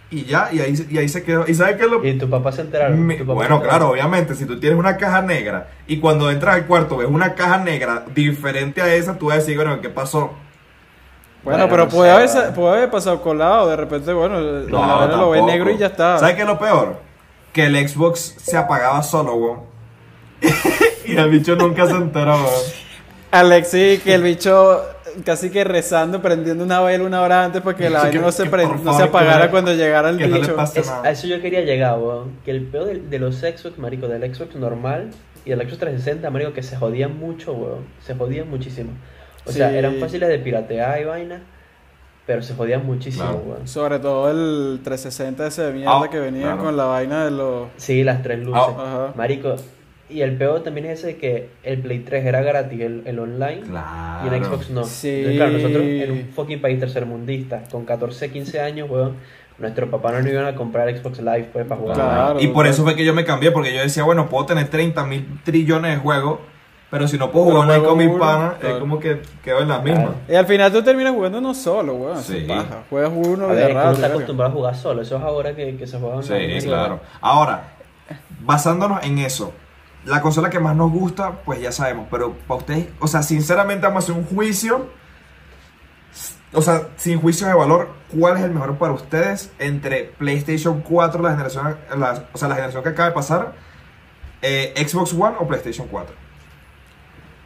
[SPEAKER 2] Y ya, y ahí, y ahí se quedó. ¿Y sabes qué es lo
[SPEAKER 1] Y tu papá se enteraron.
[SPEAKER 2] me-
[SPEAKER 1] tu papá
[SPEAKER 2] bueno,
[SPEAKER 1] se enteraron.
[SPEAKER 2] claro, obviamente, si tú tienes una caja negra y cuando entras al cuarto ves una caja negra diferente a esa, tú vas a decir, bueno, ¿qué pasó?
[SPEAKER 1] Bueno,
[SPEAKER 3] Bueno, pero
[SPEAKER 1] o
[SPEAKER 3] puede,
[SPEAKER 1] sea-
[SPEAKER 3] haberse- puede haber pasado colado. De repente, bueno, la novela lo ve
[SPEAKER 2] tampoco.
[SPEAKER 3] negro y ya está.
[SPEAKER 2] ¿Sabes qué es lo peor? Que el Xbox se apagaba solo, weón. y el bicho nunca se enteró, weón.
[SPEAKER 3] Alexi, que el bicho casi que rezando, prendiendo una vela una hora antes para que la
[SPEAKER 2] Sí,
[SPEAKER 3] vaina
[SPEAKER 2] que-
[SPEAKER 3] no se,
[SPEAKER 2] que
[SPEAKER 3] pre-
[SPEAKER 2] por
[SPEAKER 3] no
[SPEAKER 2] favor,
[SPEAKER 3] se
[SPEAKER 2] que
[SPEAKER 3] apagara
[SPEAKER 2] no-
[SPEAKER 3] cuando llegara el
[SPEAKER 2] que no le
[SPEAKER 3] bicho.
[SPEAKER 2] pase.
[SPEAKER 1] Es- a eso yo quería llegar, weón. Que el peor de, de los Xbox, marico, del Xbox normal y del Xbox 360, marico, que se jodían mucho, weón. Se jodían muchísimo. O sea,
[SPEAKER 3] Sí.
[SPEAKER 1] eran fáciles de piratear y vaina, pero se jodían muchísimo,
[SPEAKER 2] Claro.
[SPEAKER 1] weón.
[SPEAKER 3] Sobre todo el 360 ese de mierda
[SPEAKER 2] Ah,
[SPEAKER 3] que venía
[SPEAKER 2] claro.
[SPEAKER 3] con la vaina de los...
[SPEAKER 1] Sí, las tres luces.
[SPEAKER 2] Ah.
[SPEAKER 3] Ajá.
[SPEAKER 1] Marico, y el peor también es ese de que el Play 3 era gratis, el, el online.
[SPEAKER 2] Claro.
[SPEAKER 1] Y en Xbox no.
[SPEAKER 3] Sí.
[SPEAKER 1] Entonces, claro, nosotros en un fucking país tercermundista, con 14, 15 años, weón, nuestros papás no nos iban a comprar Xbox Live pues, para jugar.
[SPEAKER 3] Claro.
[SPEAKER 2] Y por eso fue que yo me cambié, porque yo decía, bueno, puedo tener 30 mil trillones de juegos, pero si no puedo
[SPEAKER 3] Pero
[SPEAKER 2] jugar online
[SPEAKER 3] juego
[SPEAKER 2] con mis
[SPEAKER 3] uno,
[SPEAKER 2] panas,
[SPEAKER 3] claro.
[SPEAKER 2] es como que quedo en las mismas.
[SPEAKER 3] Y al final tú terminas jugando uno solo, weón.
[SPEAKER 2] Sí.
[SPEAKER 3] sin paja. Juegas uno
[SPEAKER 1] A
[SPEAKER 3] de
[SPEAKER 1] ver, es que uno
[SPEAKER 3] rato.
[SPEAKER 1] está
[SPEAKER 3] verga.
[SPEAKER 1] acostumbrado a jugar solo, eso es ahora que, que se juega online,
[SPEAKER 2] Sí,
[SPEAKER 1] ¿no?
[SPEAKER 2] claro. Ahora, basándonos en eso, la consola que más nos gusta, pues ya sabemos, pero para ustedes, o sea, sinceramente vamos a hacer un juicio, o sea, sin juicios de valor, ¿cuál es el mejor para ustedes entre PlayStation 4, la generación, la- o sea, la generación que acaba de pasar, eh, Xbox One o PlayStation 4?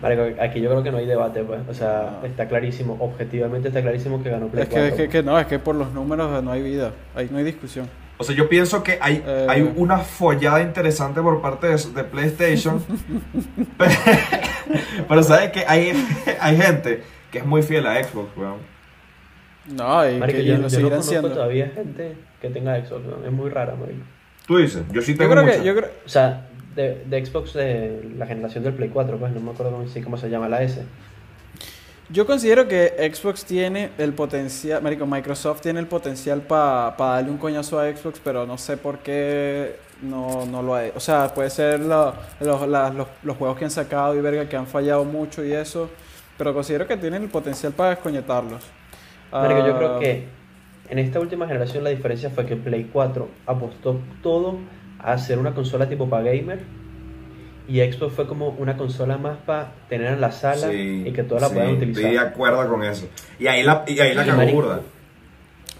[SPEAKER 1] Marico, aquí yo creo que no hay debate, pues. O sea,
[SPEAKER 3] No.
[SPEAKER 1] está clarísimo, objetivamente está clarísimo que ganó Play
[SPEAKER 3] Es que, es
[SPEAKER 1] 4,
[SPEAKER 3] que, que no, es que por los números no hay vida. Ahí no hay discusión.
[SPEAKER 2] O sea, yo pienso que hay,
[SPEAKER 3] Eh.
[SPEAKER 2] hay una follada interesante por parte de, de PlayStation. pero, sabes que hay, hay gente que es muy fiel a Xbox, weón.
[SPEAKER 3] No, y
[SPEAKER 1] pues. Marico,
[SPEAKER 3] que y
[SPEAKER 1] yo, yo
[SPEAKER 3] lo
[SPEAKER 1] no
[SPEAKER 3] seguirán
[SPEAKER 1] conozco
[SPEAKER 3] siendo.
[SPEAKER 1] todavía gente que tenga Xbox, ¿no? es muy rara, marico.
[SPEAKER 2] Tú dices, yo sí
[SPEAKER 3] Yo
[SPEAKER 2] tengo
[SPEAKER 3] creo que,
[SPEAKER 2] mucha.
[SPEAKER 3] yo creo,
[SPEAKER 1] O sea, de, de Xbox de la generación del Play 4, pues, no me acuerdo cómo, sí, cómo se llama la S.
[SPEAKER 3] Yo considero que Xbox tiene el potencial, marico, Microsoft tiene el potencial para darle un coñazo a Xbox, pero no sé por qué no, no lo ha O sea, puede ser la- los, la- los- los juegos que han sacado y verga que han fallado mucho y eso, pero considero que tienen el potencial para descoñetarlos.
[SPEAKER 1] Marico, yo
[SPEAKER 3] Ah,
[SPEAKER 1] creo que en esta última generación la diferencia fue que Play 4 apostó todo a hacer una consola tipo para gamer y Xbox fue como una consola más para tener en la sala
[SPEAKER 2] Sí,
[SPEAKER 1] y que todas la
[SPEAKER 2] sí,
[SPEAKER 1] puedan
[SPEAKER 2] Estoy de
[SPEAKER 1] utilizar.
[SPEAKER 2] acuerdo con eso. Y ahí la, y ahí la
[SPEAKER 1] Y
[SPEAKER 2] cagó
[SPEAKER 1] marico,
[SPEAKER 2] burda.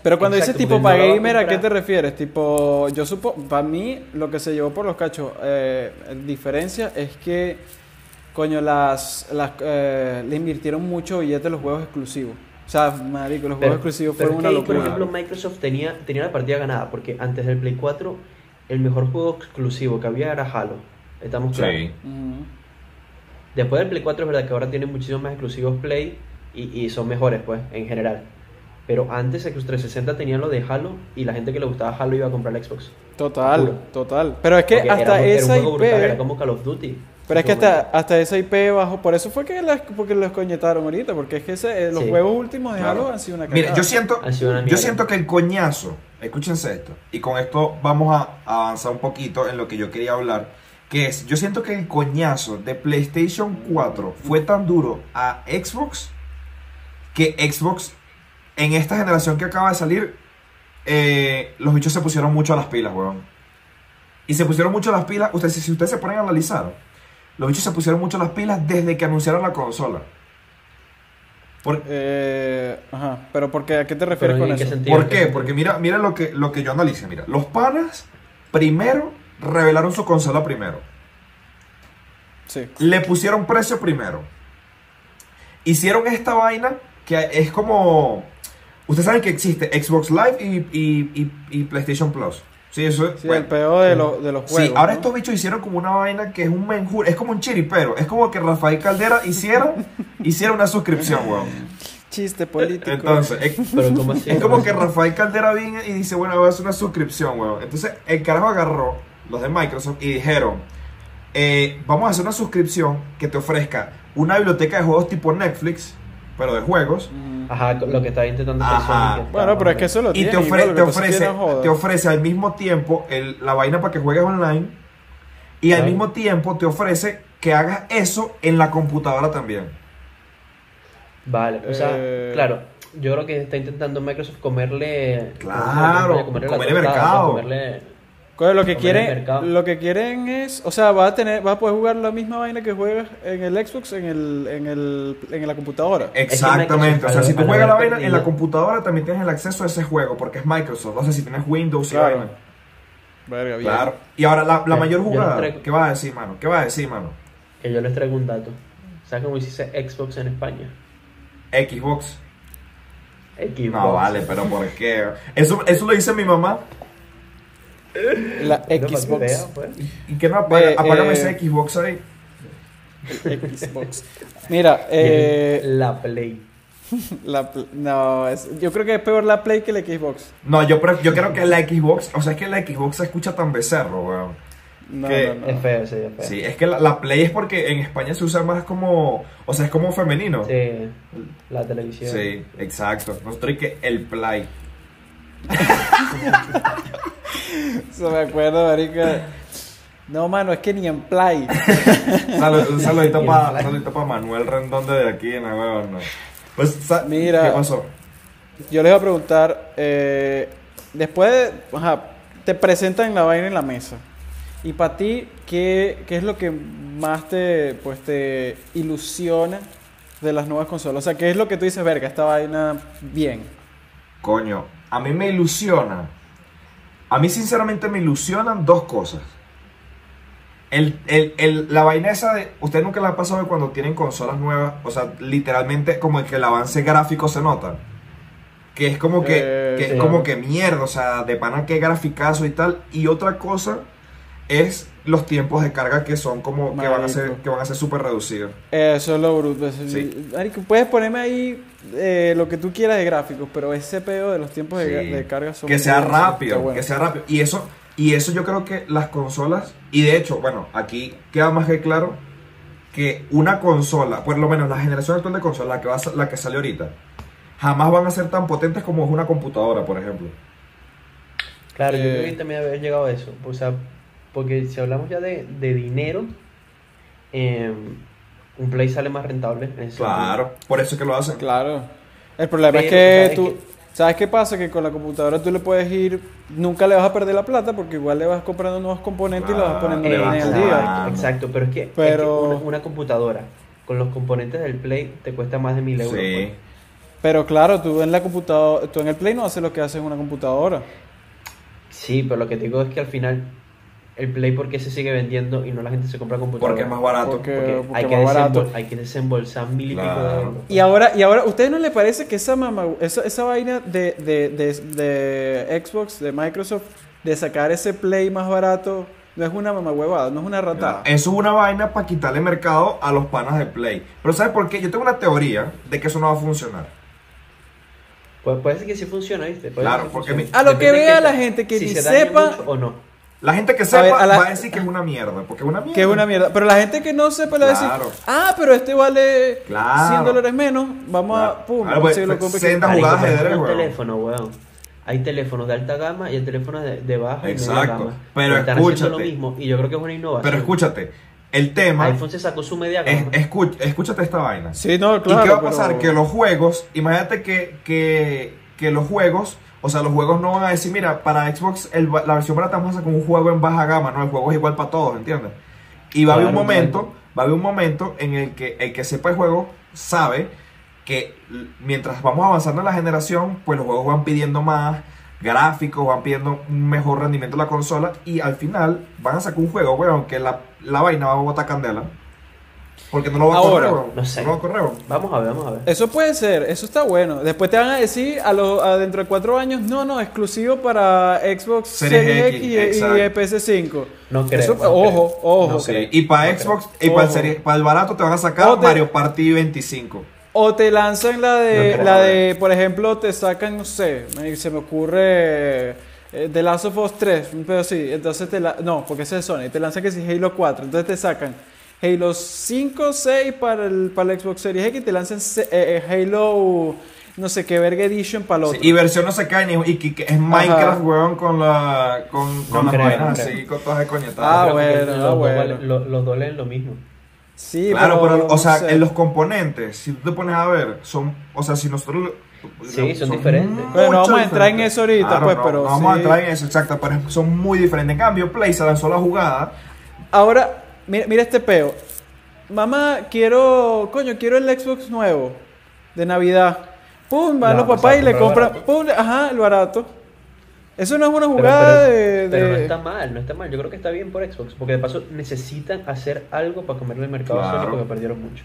[SPEAKER 3] Pero cuando
[SPEAKER 1] Exacto,
[SPEAKER 3] dices
[SPEAKER 1] porque
[SPEAKER 3] tipo
[SPEAKER 1] no la
[SPEAKER 3] para
[SPEAKER 1] va a
[SPEAKER 3] gamer, ¿a qué
[SPEAKER 1] comprar.
[SPEAKER 3] te refieres? Tipo, yo supo, para mí lo que se llevó por los cachos, eh, diferencia es que, coño, las, las eh, le invirtieron mucho billete a los juegos exclusivos. O sea, marico,
[SPEAKER 1] Pero-
[SPEAKER 3] los juegos exclusivos
[SPEAKER 1] pero
[SPEAKER 3] fueron
[SPEAKER 1] es que
[SPEAKER 3] una
[SPEAKER 1] ahí, por
[SPEAKER 3] locura.
[SPEAKER 1] ejemplo, Microsoft tenía, tenía la partida ganada porque antes del Play 4 el mejor juego exclusivo que había era Halo. Estamos claros.
[SPEAKER 2] Sí.
[SPEAKER 3] Ujú.
[SPEAKER 1] Después del Play 4 es verdad que ahora tiene muchísimos más exclusivos Play y, y son mejores, pues, en general. Pero antes Xbox 360 tenían lo de Halo y la gente que le gustaba Halo iba a comprar el Xbox.
[SPEAKER 3] Total,
[SPEAKER 1] Locura.
[SPEAKER 3] total. Pero es que
[SPEAKER 1] Porque
[SPEAKER 3] hasta
[SPEAKER 1] era, un- era
[SPEAKER 3] esa
[SPEAKER 1] un juego
[SPEAKER 3] IP...
[SPEAKER 1] brutal, era como Call of Duty.
[SPEAKER 3] Pero es que
[SPEAKER 1] En su
[SPEAKER 3] hasta,
[SPEAKER 1] momento.
[SPEAKER 3] hasta esa IP bajo, por eso fue que las, porque los coñetaron ahorita, porque es que ese- eh, los
[SPEAKER 1] Sí.
[SPEAKER 3] juegos últimos de
[SPEAKER 2] Claro.
[SPEAKER 3] Halo han sido una
[SPEAKER 2] Mira, yo
[SPEAKER 3] cagada.
[SPEAKER 2] siento,
[SPEAKER 1] Ha sido una
[SPEAKER 2] yo
[SPEAKER 1] mierda.
[SPEAKER 2] siento que el coñazo, escúchense esto, y con esto vamos a a avanzar un poquito en lo que yo quería hablar, que es, yo siento que el coñazo de PlayStation 4 fue tan duro a Xbox que Xbox en esta generación que acaba de salir, eh, los bichos se pusieron mucho a las pilas, weón. Y se pusieron mucho a las pilas, ustedes, si ustedes se ponen a analizar, los bichos se pusieron mucho a las pilas desde que anunciaron la consola. Por-
[SPEAKER 3] Eh, ajá, pero porque, ¿a qué te
[SPEAKER 1] Pero,
[SPEAKER 3] refieres
[SPEAKER 1] ¿y
[SPEAKER 3] con
[SPEAKER 1] en
[SPEAKER 3] eso?
[SPEAKER 1] qué sentido?
[SPEAKER 2] ¿Por qué? Porque mira, mira lo que, lo que yo analice, mira. Los panas primero revelaron su consola primero.
[SPEAKER 3] Sí.
[SPEAKER 2] Le pusieron precio primero. Hicieron esta vaina que es como... Ustedes saben que existe Xbox Live y, y- y- y PlayStation Plus. Sí, eso es.
[SPEAKER 3] Sí,
[SPEAKER 2] bueno.
[SPEAKER 3] el peor de, lo- de los juegos.
[SPEAKER 2] Sí, ahora
[SPEAKER 3] ¿no?
[SPEAKER 2] estos bichos hicieron como una vaina que es un menjur, es como un chiripero, es como que Rafael Caldera hiciera, hiciera una suscripción, weón.
[SPEAKER 3] Chiste político.
[SPEAKER 2] Entonces, es,
[SPEAKER 1] Pero ¿cómo así?
[SPEAKER 2] es como
[SPEAKER 1] ¿Cómo
[SPEAKER 2] que
[SPEAKER 1] así?
[SPEAKER 2] Rafael Caldera viene y dice, bueno, voy a hacer una suscripción, weón. Entonces, el carajo agarró los de Microsoft y dijeron, eh, vamos a hacer una suscripción que te ofrezca una biblioteca de juegos tipo Netflix, pero de juegos,
[SPEAKER 3] Ujú.
[SPEAKER 1] Ajá, lo que estaba intentando hacer
[SPEAKER 2] Ajá.
[SPEAKER 1] Sony, que
[SPEAKER 3] Bueno,
[SPEAKER 1] estaba-
[SPEAKER 3] pero es que eso lo
[SPEAKER 2] y
[SPEAKER 3] tiene.
[SPEAKER 2] te, ofre- te ofrece, te ofrece al mismo tiempo el- la vaina para que juegues online y al
[SPEAKER 1] Claro.
[SPEAKER 2] mismo tiempo te ofrece que hagas eso en la computadora también.
[SPEAKER 1] Vale, o sea,
[SPEAKER 3] Eh.
[SPEAKER 1] claro, yo creo que está intentando Microsoft comerle...
[SPEAKER 2] Claro,
[SPEAKER 1] comerle, la
[SPEAKER 2] comerle
[SPEAKER 1] tostada,
[SPEAKER 2] mercado.
[SPEAKER 1] o sea, comerle-
[SPEAKER 3] Coño, lo que
[SPEAKER 1] Como en el
[SPEAKER 3] quieren,
[SPEAKER 1] mercado.
[SPEAKER 3] lo que quieren es, o sea, vas a tener, vas a poder jugar la misma vaina que juegas en el Xbox, en el, en el, en la computadora.
[SPEAKER 2] Exactamente.
[SPEAKER 1] Microsoft,
[SPEAKER 2] o sea,
[SPEAKER 1] al-
[SPEAKER 2] si tú
[SPEAKER 1] al
[SPEAKER 2] juegas la
[SPEAKER 1] haber
[SPEAKER 2] vaina en la
[SPEAKER 1] perdido-
[SPEAKER 2] computadora también tienes el acceso a ese juego porque es Microsoft. No sé si tienes Windows y
[SPEAKER 3] Claro.
[SPEAKER 2] vaina.
[SPEAKER 3] Verga, bien.
[SPEAKER 2] Claro. Y ahora la, la
[SPEAKER 1] Yo-
[SPEAKER 2] mayor
[SPEAKER 1] yo no
[SPEAKER 2] jugada.
[SPEAKER 1] traigo-
[SPEAKER 2] ¿Qué vas a decir, mano? ¿Qué vas a decir, mano?
[SPEAKER 1] Que yo les traigo un dato. ¿Sabes cómo hiciste Xbox en España?
[SPEAKER 2] Xbox.
[SPEAKER 1] Xbox.
[SPEAKER 2] No, vale, pero ¿por qué? Eso, eso lo dice mi mamá.
[SPEAKER 3] La
[SPEAKER 1] No, para que
[SPEAKER 3] Xbox.
[SPEAKER 1] veas, pues.
[SPEAKER 2] ¿Y qué no apaga?
[SPEAKER 3] Ve,
[SPEAKER 2] Apágame
[SPEAKER 3] eh,
[SPEAKER 2] ese Xbox ahí.
[SPEAKER 3] Xbox. Mira, eh,
[SPEAKER 1] La Play.
[SPEAKER 3] la pl- no, es- yo creo que es peor la Play que la Xbox.
[SPEAKER 2] No, yo, pref- yo creo que la Xbox, o sea, es que la Xbox se escucha tan becerro, weón.
[SPEAKER 3] No,
[SPEAKER 2] ¿Qué?
[SPEAKER 3] no,
[SPEAKER 1] Es
[SPEAKER 3] no.
[SPEAKER 1] feo, sí, es feo.
[SPEAKER 2] Ah, Sí, es que la, la Play es porque en España se usa más como, o sea, es como femenino. Sí,
[SPEAKER 1] Sí, la televisión.
[SPEAKER 2] exacto. Nosotros y que el Play.
[SPEAKER 3] Se me acuerdo, marica. No, mano, es que ni en Play.
[SPEAKER 2] Salud- un saludito
[SPEAKER 1] Y el
[SPEAKER 2] para
[SPEAKER 1] Play.
[SPEAKER 2] saludito pa Manuel Rendón de aquí, no, weón, no. Pues, sa-
[SPEAKER 3] Mira.
[SPEAKER 2] ¿qué pasó?
[SPEAKER 3] Yo les voy a preguntar, eh, después de, ajá, te presentan la vaina en la mesa. Y para ti, ¿qué, qué es lo que más te, pues, te ilusiona de las nuevas consolas? O sea, ¿qué es lo que tú dices, verga, esta vaina bien?
[SPEAKER 2] Coño, a mí me ilusiona. A mí sinceramente me ilusionan dos cosas. El, el- el- la vaina esa de... Usted nunca la ha pasado de cuando tienen consolas nuevas. O sea, literalmente como que el avance gráfico se nota. Que es como que...
[SPEAKER 3] Eh,
[SPEAKER 2] que es
[SPEAKER 1] sí.
[SPEAKER 2] como que mierda. O sea, de pana que graficazo y tal. Y otra cosa es los tiempos de carga que son como que van a ser
[SPEAKER 3] Marico.
[SPEAKER 2] que van a ser súper reducidos.
[SPEAKER 3] Eso es lo bruto. eso-
[SPEAKER 2] Sí.
[SPEAKER 3] Marico, puedes ponerme ahí eh, lo que tú quieras de gráficos, pero ese pedo de los tiempos de,
[SPEAKER 2] Sí.
[SPEAKER 3] ga- de carga son
[SPEAKER 2] que sea
[SPEAKER 3] muy- está
[SPEAKER 2] rápido,
[SPEAKER 3] bueno.
[SPEAKER 2] que sea rápido. Y eso, y eso yo creo que las consolas, y de hecho, bueno, aquí queda más que claro que una consola, por lo menos la generación actual de consola, la que, va a sa- la que sale ahorita, jamás van a ser tan potentes como es una computadora, por ejemplo.
[SPEAKER 1] Claro, yo
[SPEAKER 3] Eh.
[SPEAKER 1] creo que también haber llegado a eso. O sea, porque si hablamos ya de, de dinero, eh, un Play sale más rentable. en ese
[SPEAKER 2] Claro, por eso es que lo hacen.
[SPEAKER 3] Claro. El problema es
[SPEAKER 1] Pero, ¿sabes
[SPEAKER 3] que tú. ¿Sabes qué pasa? Que con la computadora tú le puedes ir. Nunca le vas a perder la plata porque igual le vas comprando nuevos componentes y le vas
[SPEAKER 2] Claro,
[SPEAKER 3] poniendo
[SPEAKER 1] sentido.
[SPEAKER 2] le vas
[SPEAKER 3] en el
[SPEAKER 1] Exacto,
[SPEAKER 3] día.
[SPEAKER 2] comprando.
[SPEAKER 1] exacto, pero es que, es que
[SPEAKER 3] Pero-
[SPEAKER 1] una, una computadora con los componentes del Play te cuesta más de mil euros.
[SPEAKER 2] Sí.
[SPEAKER 1] pues.
[SPEAKER 3] Pero claro, tú en la computadora. Tú en el Play no haces lo que haces en una computadora.
[SPEAKER 1] Sí, pero lo que te digo es que al final el Play porque se sigue vendiendo y no la gente se compra computadora.
[SPEAKER 2] Porque es más barato.
[SPEAKER 3] Porque-
[SPEAKER 1] Porque hay, que
[SPEAKER 3] más
[SPEAKER 1] desembol-
[SPEAKER 3] barato.
[SPEAKER 1] hay que desembolsar mil y pico
[SPEAKER 2] Claro.
[SPEAKER 1] de euros.
[SPEAKER 3] Y ahora, y ahora, ¿ustedes no les parece que esa mamá, esa, esa vaina de, de, de- de Xbox, de Microsoft, de sacar ese Play más barato, no es una mamahuevada, no es una ratada?
[SPEAKER 2] Eso es una vaina para quitarle mercado a los panas de Play. Pero ¿sabes por qué? Yo tengo una teoría de que eso no va a funcionar.
[SPEAKER 1] Pues parece que sí funciona, ¿viste? Puede
[SPEAKER 2] Claro,
[SPEAKER 1] ser que
[SPEAKER 2] porque
[SPEAKER 1] funcione.
[SPEAKER 2] mi-
[SPEAKER 3] A lo que
[SPEAKER 1] Depende
[SPEAKER 3] vea
[SPEAKER 1] de
[SPEAKER 3] la gente que
[SPEAKER 1] si
[SPEAKER 3] ni
[SPEAKER 1] se daña
[SPEAKER 3] sepa-
[SPEAKER 1] mucho o no.
[SPEAKER 2] La gente que
[SPEAKER 3] ver,
[SPEAKER 2] sepa
[SPEAKER 3] a la-
[SPEAKER 2] va a decir que es una mierda, porque es una mierda.
[SPEAKER 3] Que es una mierda. Pero la gente que no sepa le va a decir,
[SPEAKER 2] Claro.
[SPEAKER 3] ah, pero este vale
[SPEAKER 2] Claro.
[SPEAKER 3] 100 dólares menos, vamos
[SPEAKER 2] Claro.
[SPEAKER 3] a, pum,
[SPEAKER 2] Claro, pues,
[SPEAKER 3] se lo
[SPEAKER 2] pues,
[SPEAKER 3] compro.
[SPEAKER 2] senda- Una
[SPEAKER 1] Marico,
[SPEAKER 2] jugada de
[SPEAKER 1] pero es
[SPEAKER 2] ajedrez,
[SPEAKER 1] un
[SPEAKER 2] weón.
[SPEAKER 1] teléfono, weón. Hay teléfonos de alta gama y hay teléfonos de, de baja y media
[SPEAKER 2] Exacto,
[SPEAKER 1] gama.
[SPEAKER 2] pero
[SPEAKER 1] están haciendo
[SPEAKER 2] escúchate.
[SPEAKER 1] lo mismo y yo creo que es una innovación.
[SPEAKER 2] Pero escúchate, el tema...
[SPEAKER 1] iPhone se sacó su media
[SPEAKER 2] Es-
[SPEAKER 1] gama.
[SPEAKER 2] escu- escúchate esta vaina.
[SPEAKER 3] Sí, no,
[SPEAKER 2] ¿Y
[SPEAKER 3] claro.
[SPEAKER 2] qué va a
[SPEAKER 3] pero-
[SPEAKER 2] pasar? Que los juegos, imagínate que, que, que los juegos, o sea, los juegos no van a decir, mira, para Xbox el ba- la versión barata vamos a sacar un juego en baja gama, no, el juego es igual para todos, ¿entiendes? Y va a haber un
[SPEAKER 1] Claro,
[SPEAKER 2] momento,
[SPEAKER 1] claro.
[SPEAKER 2] va a haber un momento en el que el que sepa el juego sabe que l- mientras vamos avanzando en la generación, pues los juegos van pidiendo más gráficos, van pidiendo un mejor rendimiento de la consola y al final van a sacar un juego, weón, que la, la vaina va a botar candela. Porque no lo va a correr,
[SPEAKER 3] Ahora,
[SPEAKER 2] bro.
[SPEAKER 1] no sé.
[SPEAKER 2] No lo va a correr, bro.
[SPEAKER 1] Vamos a ver, vamos a ver.
[SPEAKER 3] Eso puede ser, eso está bueno. Después te van a decir a los a dentro de cuatro años, no, no, exclusivo para Xbox
[SPEAKER 2] Series
[SPEAKER 3] Series,
[SPEAKER 2] X,
[SPEAKER 3] X, y- y,
[SPEAKER 2] exacto.
[SPEAKER 3] PS5.
[SPEAKER 1] No creo,
[SPEAKER 3] Eso-
[SPEAKER 1] no
[SPEAKER 3] ojo,
[SPEAKER 1] creo.
[SPEAKER 3] ojo.
[SPEAKER 1] No
[SPEAKER 2] Sí,
[SPEAKER 1] creo.
[SPEAKER 2] Y para
[SPEAKER 1] No
[SPEAKER 2] Xbox y para el,
[SPEAKER 3] Ojo.
[SPEAKER 2] serie- para el barato te van a sacar
[SPEAKER 3] Ojo, te-
[SPEAKER 2] Mario Party 25.
[SPEAKER 3] O te lanzan la de,
[SPEAKER 1] No creo.
[SPEAKER 3] la de, por ejemplo, te sacan, no sé, me- se me ocurre eh, The Last of Us 3, un pedo así. Entonces te la, no, porque ese es Sony, te lanzan que si Halo 4, entonces te sacan Halo 5, 6 para el, para el Xbox Series X y te lanzan se- eh, eh, Halo, no sé qué verga edition para el
[SPEAKER 2] Sí,
[SPEAKER 3] otro.
[SPEAKER 2] y versión no se cae ni y que, que es Minecraft, weón, con la con, con
[SPEAKER 1] No
[SPEAKER 2] las
[SPEAKER 1] creo,
[SPEAKER 2] vainas
[SPEAKER 1] no
[SPEAKER 2] así, con todas las coñetadas.
[SPEAKER 3] Ah,
[SPEAKER 1] Creo que
[SPEAKER 3] bueno,
[SPEAKER 1] los,
[SPEAKER 3] ah,
[SPEAKER 1] dos
[SPEAKER 3] bueno.
[SPEAKER 1] valen- lo- los dos leen lo mismo.
[SPEAKER 3] Sí,
[SPEAKER 2] claro, pero,
[SPEAKER 3] no
[SPEAKER 2] o sea,
[SPEAKER 3] sé.
[SPEAKER 2] en los componentes, si tú te pones a ver, son, o sea, si nosotros
[SPEAKER 1] Sí, son diferentes.
[SPEAKER 2] mucho
[SPEAKER 3] Bueno, vamos a entrar en
[SPEAKER 2] diferentes.
[SPEAKER 3] eso ahorita, pues,
[SPEAKER 2] no,
[SPEAKER 3] pero
[SPEAKER 2] no vamos a
[SPEAKER 3] sí.
[SPEAKER 2] entrar en eso, exacto, pero son muy diferentes. En cambio, Play se lanzó la jugada.
[SPEAKER 3] Ahora, mira, mira este peo. Mamá, quiero, coño, quiero el Xbox nuevo de Navidad. Pum, van
[SPEAKER 1] No, pues,
[SPEAKER 3] los
[SPEAKER 1] o sea,
[SPEAKER 3] papás y le
[SPEAKER 1] compra el
[SPEAKER 3] compran, pum, ajá, el barato. Eso no es una
[SPEAKER 1] Pero-
[SPEAKER 3] jugada
[SPEAKER 1] pero-
[SPEAKER 3] de,
[SPEAKER 1] pero
[SPEAKER 3] de-
[SPEAKER 1] no está mal, no está mal. Yo creo que está bien por Xbox, porque de paso necesitan hacer algo para comerle el mercado a
[SPEAKER 2] Claro.
[SPEAKER 1] Sony porque perdieron mucho.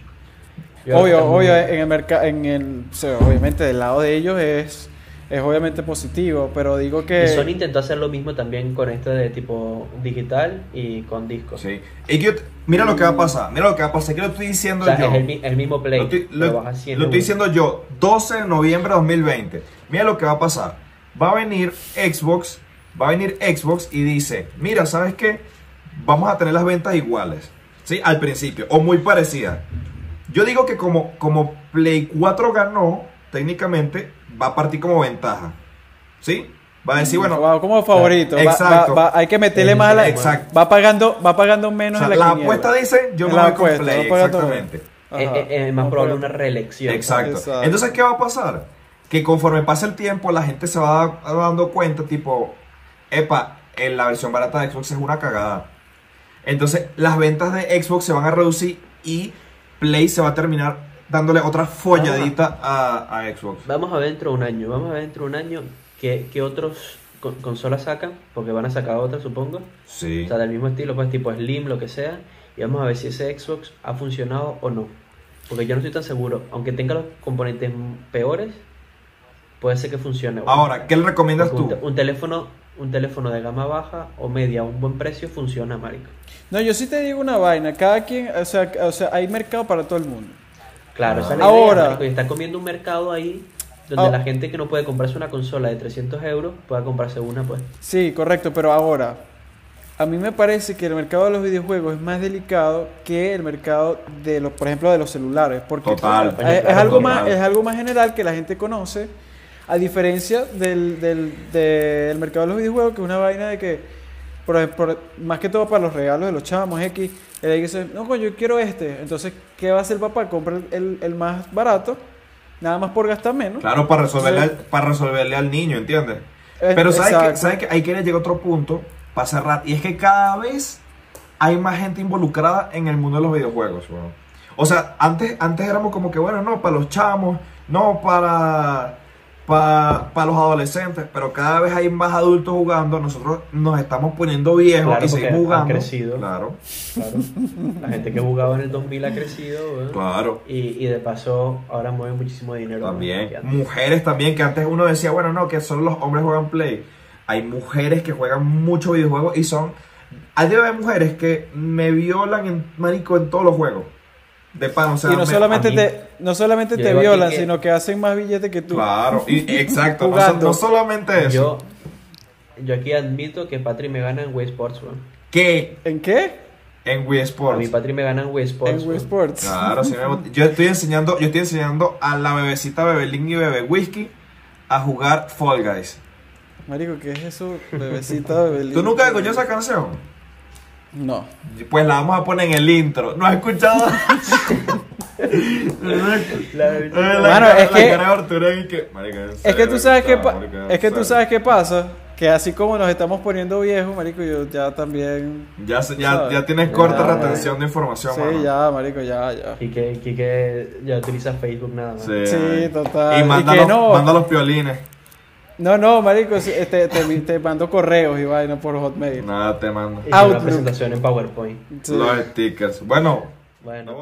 [SPEAKER 1] Yo creo que
[SPEAKER 3] Obvio,
[SPEAKER 1] está muy
[SPEAKER 3] obvio, eh,
[SPEAKER 1] bien.
[SPEAKER 3] en el mercado, en el, o sea, obviamente del lado de ellos es, es obviamente positivo, pero digo que...
[SPEAKER 1] Y Sony intentó hacer lo mismo también con esto de tipo digital y con discos.
[SPEAKER 2] Sí. Y que yo te- mira lo que va a pasar, mira lo que va a pasar, que lo estoy diciendo
[SPEAKER 1] O sea,
[SPEAKER 2] yo.
[SPEAKER 1] es el, mi- el mismo play.
[SPEAKER 2] Lo estoy, lo-
[SPEAKER 1] lo vas haciendo
[SPEAKER 2] lo estoy
[SPEAKER 1] uno.
[SPEAKER 2] diciendo yo, 12 de noviembre de 2020. Mira lo que va a pasar. Va a venir Xbox, va a venir Xbox y dice, mira, ¿sabes qué? Vamos a tener las ventas iguales, ¿sí? Al principio, o muy parecidas. Yo digo que como, como Play 4 ganó, técnicamente va a partir como ventaja, ¿sí? Va a
[SPEAKER 1] Ah,
[SPEAKER 2] decir, bueno,
[SPEAKER 3] Wow, como favorito. va- va-
[SPEAKER 2] Exacto.
[SPEAKER 3] va- hay que meterle
[SPEAKER 1] Sí,
[SPEAKER 3] más a la...
[SPEAKER 2] exacto.
[SPEAKER 3] Va pagando, va pagando menos
[SPEAKER 2] o sea,
[SPEAKER 3] en
[SPEAKER 2] la,
[SPEAKER 3] la quiniela.
[SPEAKER 2] apuesta dice, yo me
[SPEAKER 3] La
[SPEAKER 2] voy con
[SPEAKER 3] apuesta,
[SPEAKER 2] Play,
[SPEAKER 3] no paga todo.
[SPEAKER 2] exactamente.
[SPEAKER 1] Es- es-
[SPEAKER 3] Ajá.
[SPEAKER 1] Eh, es, más
[SPEAKER 3] No
[SPEAKER 1] probable
[SPEAKER 3] paga-
[SPEAKER 1] una reelección.
[SPEAKER 2] Exacto.
[SPEAKER 3] Exacto.
[SPEAKER 2] Entonces, ¿qué va a pasar? Que conforme pasa el tiempo, la gente se va da- dando cuenta, tipo, epa, en la versión barata de Xbox es una cagada. Entonces, las ventas de Xbox se van a reducir y Play se va a terminar dándole otra folladita a, a Xbox.
[SPEAKER 1] Vamos a ver dentro de un año. Vamos a ver dentro de un año qué, qué otros con- consolas sacan, porque van a sacar otras, supongo.
[SPEAKER 2] Sí.
[SPEAKER 1] O sea, del mismo estilo, pues tipo Slim, lo que sea. Y vamos a ver si ese Xbox ha funcionado o no. Porque yo no estoy tan seguro. Aunque tenga los componentes m- peores, puede ser que funcione. bueno.
[SPEAKER 2] Ahora, ¿qué le recomiendas
[SPEAKER 1] Porque un,
[SPEAKER 2] tú?
[SPEAKER 1] te- un teléfono, un teléfono de gama baja o media a un buen precio funciona, marico.
[SPEAKER 3] No, yo sí te digo una vaina. Cada quien, o sea, o sea hay mercado para todo el mundo.
[SPEAKER 1] Claro,
[SPEAKER 2] Ah.
[SPEAKER 1] esa es la idea,
[SPEAKER 3] Ahora.
[SPEAKER 1] marico, y está comiendo un mercado ahí donde
[SPEAKER 3] Ah.
[SPEAKER 1] la gente que no puede comprarse una consola de 300 euros pueda comprarse una, pues.
[SPEAKER 3] Sí, correcto, pero ahora, a mí me parece que el mercado de los videojuegos es más delicado que el mercado de los, por ejemplo, de los celulares. Porque
[SPEAKER 2] Total,
[SPEAKER 3] es,
[SPEAKER 1] coño,
[SPEAKER 3] es
[SPEAKER 1] claro,
[SPEAKER 3] algo
[SPEAKER 2] total.
[SPEAKER 3] más, es algo más general que la gente conoce, a diferencia del, del- del mercado de los videojuegos, que es una vaina de que, por, por- más que todo para los regalos de los chamos X, el X dice, no, coño, yo quiero este. Entonces, ¿qué va a hacer papá? Compra el, el- el más barato, nada más por gastar menos.
[SPEAKER 2] Claro, para resolverle,
[SPEAKER 3] Sí.
[SPEAKER 2] al, para resolverle al niño, ¿entiendes?
[SPEAKER 3] Eh,
[SPEAKER 2] Pero ¿sabes que,
[SPEAKER 3] exacto.
[SPEAKER 2] ¿sabes que Ahí que llega otro punto para cerrar. Y es que cada vez hay más gente involucrada en el mundo de los videojuegos, weón. O sea, antes, antes éramos como que, bueno, no, para los chamos, no, para, para, para los adolescentes. Pero cada vez hay más adultos jugando. Nosotros nos estamos poniendo viejos
[SPEAKER 1] Claro, porque
[SPEAKER 2] y seguimos
[SPEAKER 1] han
[SPEAKER 2] jugando.
[SPEAKER 1] crecido.
[SPEAKER 2] Claro,
[SPEAKER 1] Claro. La gente que jugaba en el 2000 ha crecido, weón.
[SPEAKER 2] claro.
[SPEAKER 1] Y, y de paso, ahora mueve muchísimo dinero.
[SPEAKER 2] También.
[SPEAKER 1] weón, que antes.
[SPEAKER 2] Mujeres también, que antes uno decía, bueno, no, que solo los hombres juegan Play. Hay mujeres que juegan mucho videojuegos y son... Hay debe haber mujeres que me violan, en, marico, en todos los juegos. De pan, o sea...
[SPEAKER 3] y no
[SPEAKER 2] me-
[SPEAKER 3] solamente,
[SPEAKER 1] a mí-
[SPEAKER 3] te, no solamente
[SPEAKER 1] yo
[SPEAKER 3] te
[SPEAKER 1] digo aquí
[SPEAKER 3] violan,
[SPEAKER 1] que-
[SPEAKER 3] sino que hacen más billetes que tú.
[SPEAKER 2] Claro, y- exacto. no, so-
[SPEAKER 3] Jugando.
[SPEAKER 2] no solamente
[SPEAKER 1] Yo,
[SPEAKER 2] eso.
[SPEAKER 1] yo aquí admito que Patri me gana en Wii Sports, weón.
[SPEAKER 2] Que
[SPEAKER 3] ¿En qué?
[SPEAKER 2] en Wii
[SPEAKER 1] A mi
[SPEAKER 2] Sports.
[SPEAKER 1] Patri me gana en Wii Sports.
[SPEAKER 3] en Wii
[SPEAKER 1] weón.
[SPEAKER 3] Sports.
[SPEAKER 2] Pues, Claro, sí me- yo estoy enseñando, yo estoy enseñando a la bebecita Bebelín y Bebe Whisky a jugar Fall Guys.
[SPEAKER 3] Marico, ¿qué es eso? Bebecita, bebelín.
[SPEAKER 2] ¿Tú nunca escuchó esa canción?
[SPEAKER 3] No.
[SPEAKER 2] Pues la vamos a poner en el intro. ¿No has escuchado? Eh, Ah, la,
[SPEAKER 3] Mano, es que-
[SPEAKER 2] cara de Arturo ahí que- Marica, en
[SPEAKER 3] Es que
[SPEAKER 2] serio,
[SPEAKER 3] tú sabes qué
[SPEAKER 2] está,
[SPEAKER 3] pa-
[SPEAKER 2] marica,
[SPEAKER 3] es que tú
[SPEAKER 2] en
[SPEAKER 3] sabes qué pasa, que así como nos estamos poniendo viejos, marico, yo ya también
[SPEAKER 2] serio. Ya, se- ya, ya tienes
[SPEAKER 3] Ya,
[SPEAKER 2] corta
[SPEAKER 1] ya.
[SPEAKER 2] retención de información,
[SPEAKER 3] Sí,
[SPEAKER 2] mano.
[SPEAKER 3] ya, marico, ya, ya.
[SPEAKER 1] Y que, y que ya utiliza Facebook nada más.
[SPEAKER 2] Sí,
[SPEAKER 3] Sí, total.
[SPEAKER 2] Eh, Y
[SPEAKER 3] Y
[SPEAKER 2] manda,
[SPEAKER 3] que
[SPEAKER 2] los,
[SPEAKER 3] no.
[SPEAKER 2] manda los piolines.
[SPEAKER 3] No, no, marico, sí, este, te, te mando correos y vaina por Hotmail.
[SPEAKER 2] Nada, te mando.
[SPEAKER 1] Y una
[SPEAKER 3] Outlook.
[SPEAKER 1] presentación en PowerPoint.
[SPEAKER 3] Sí.
[SPEAKER 2] Los stickers. Bueno.
[SPEAKER 1] Bueno.
[SPEAKER 2] ¿no?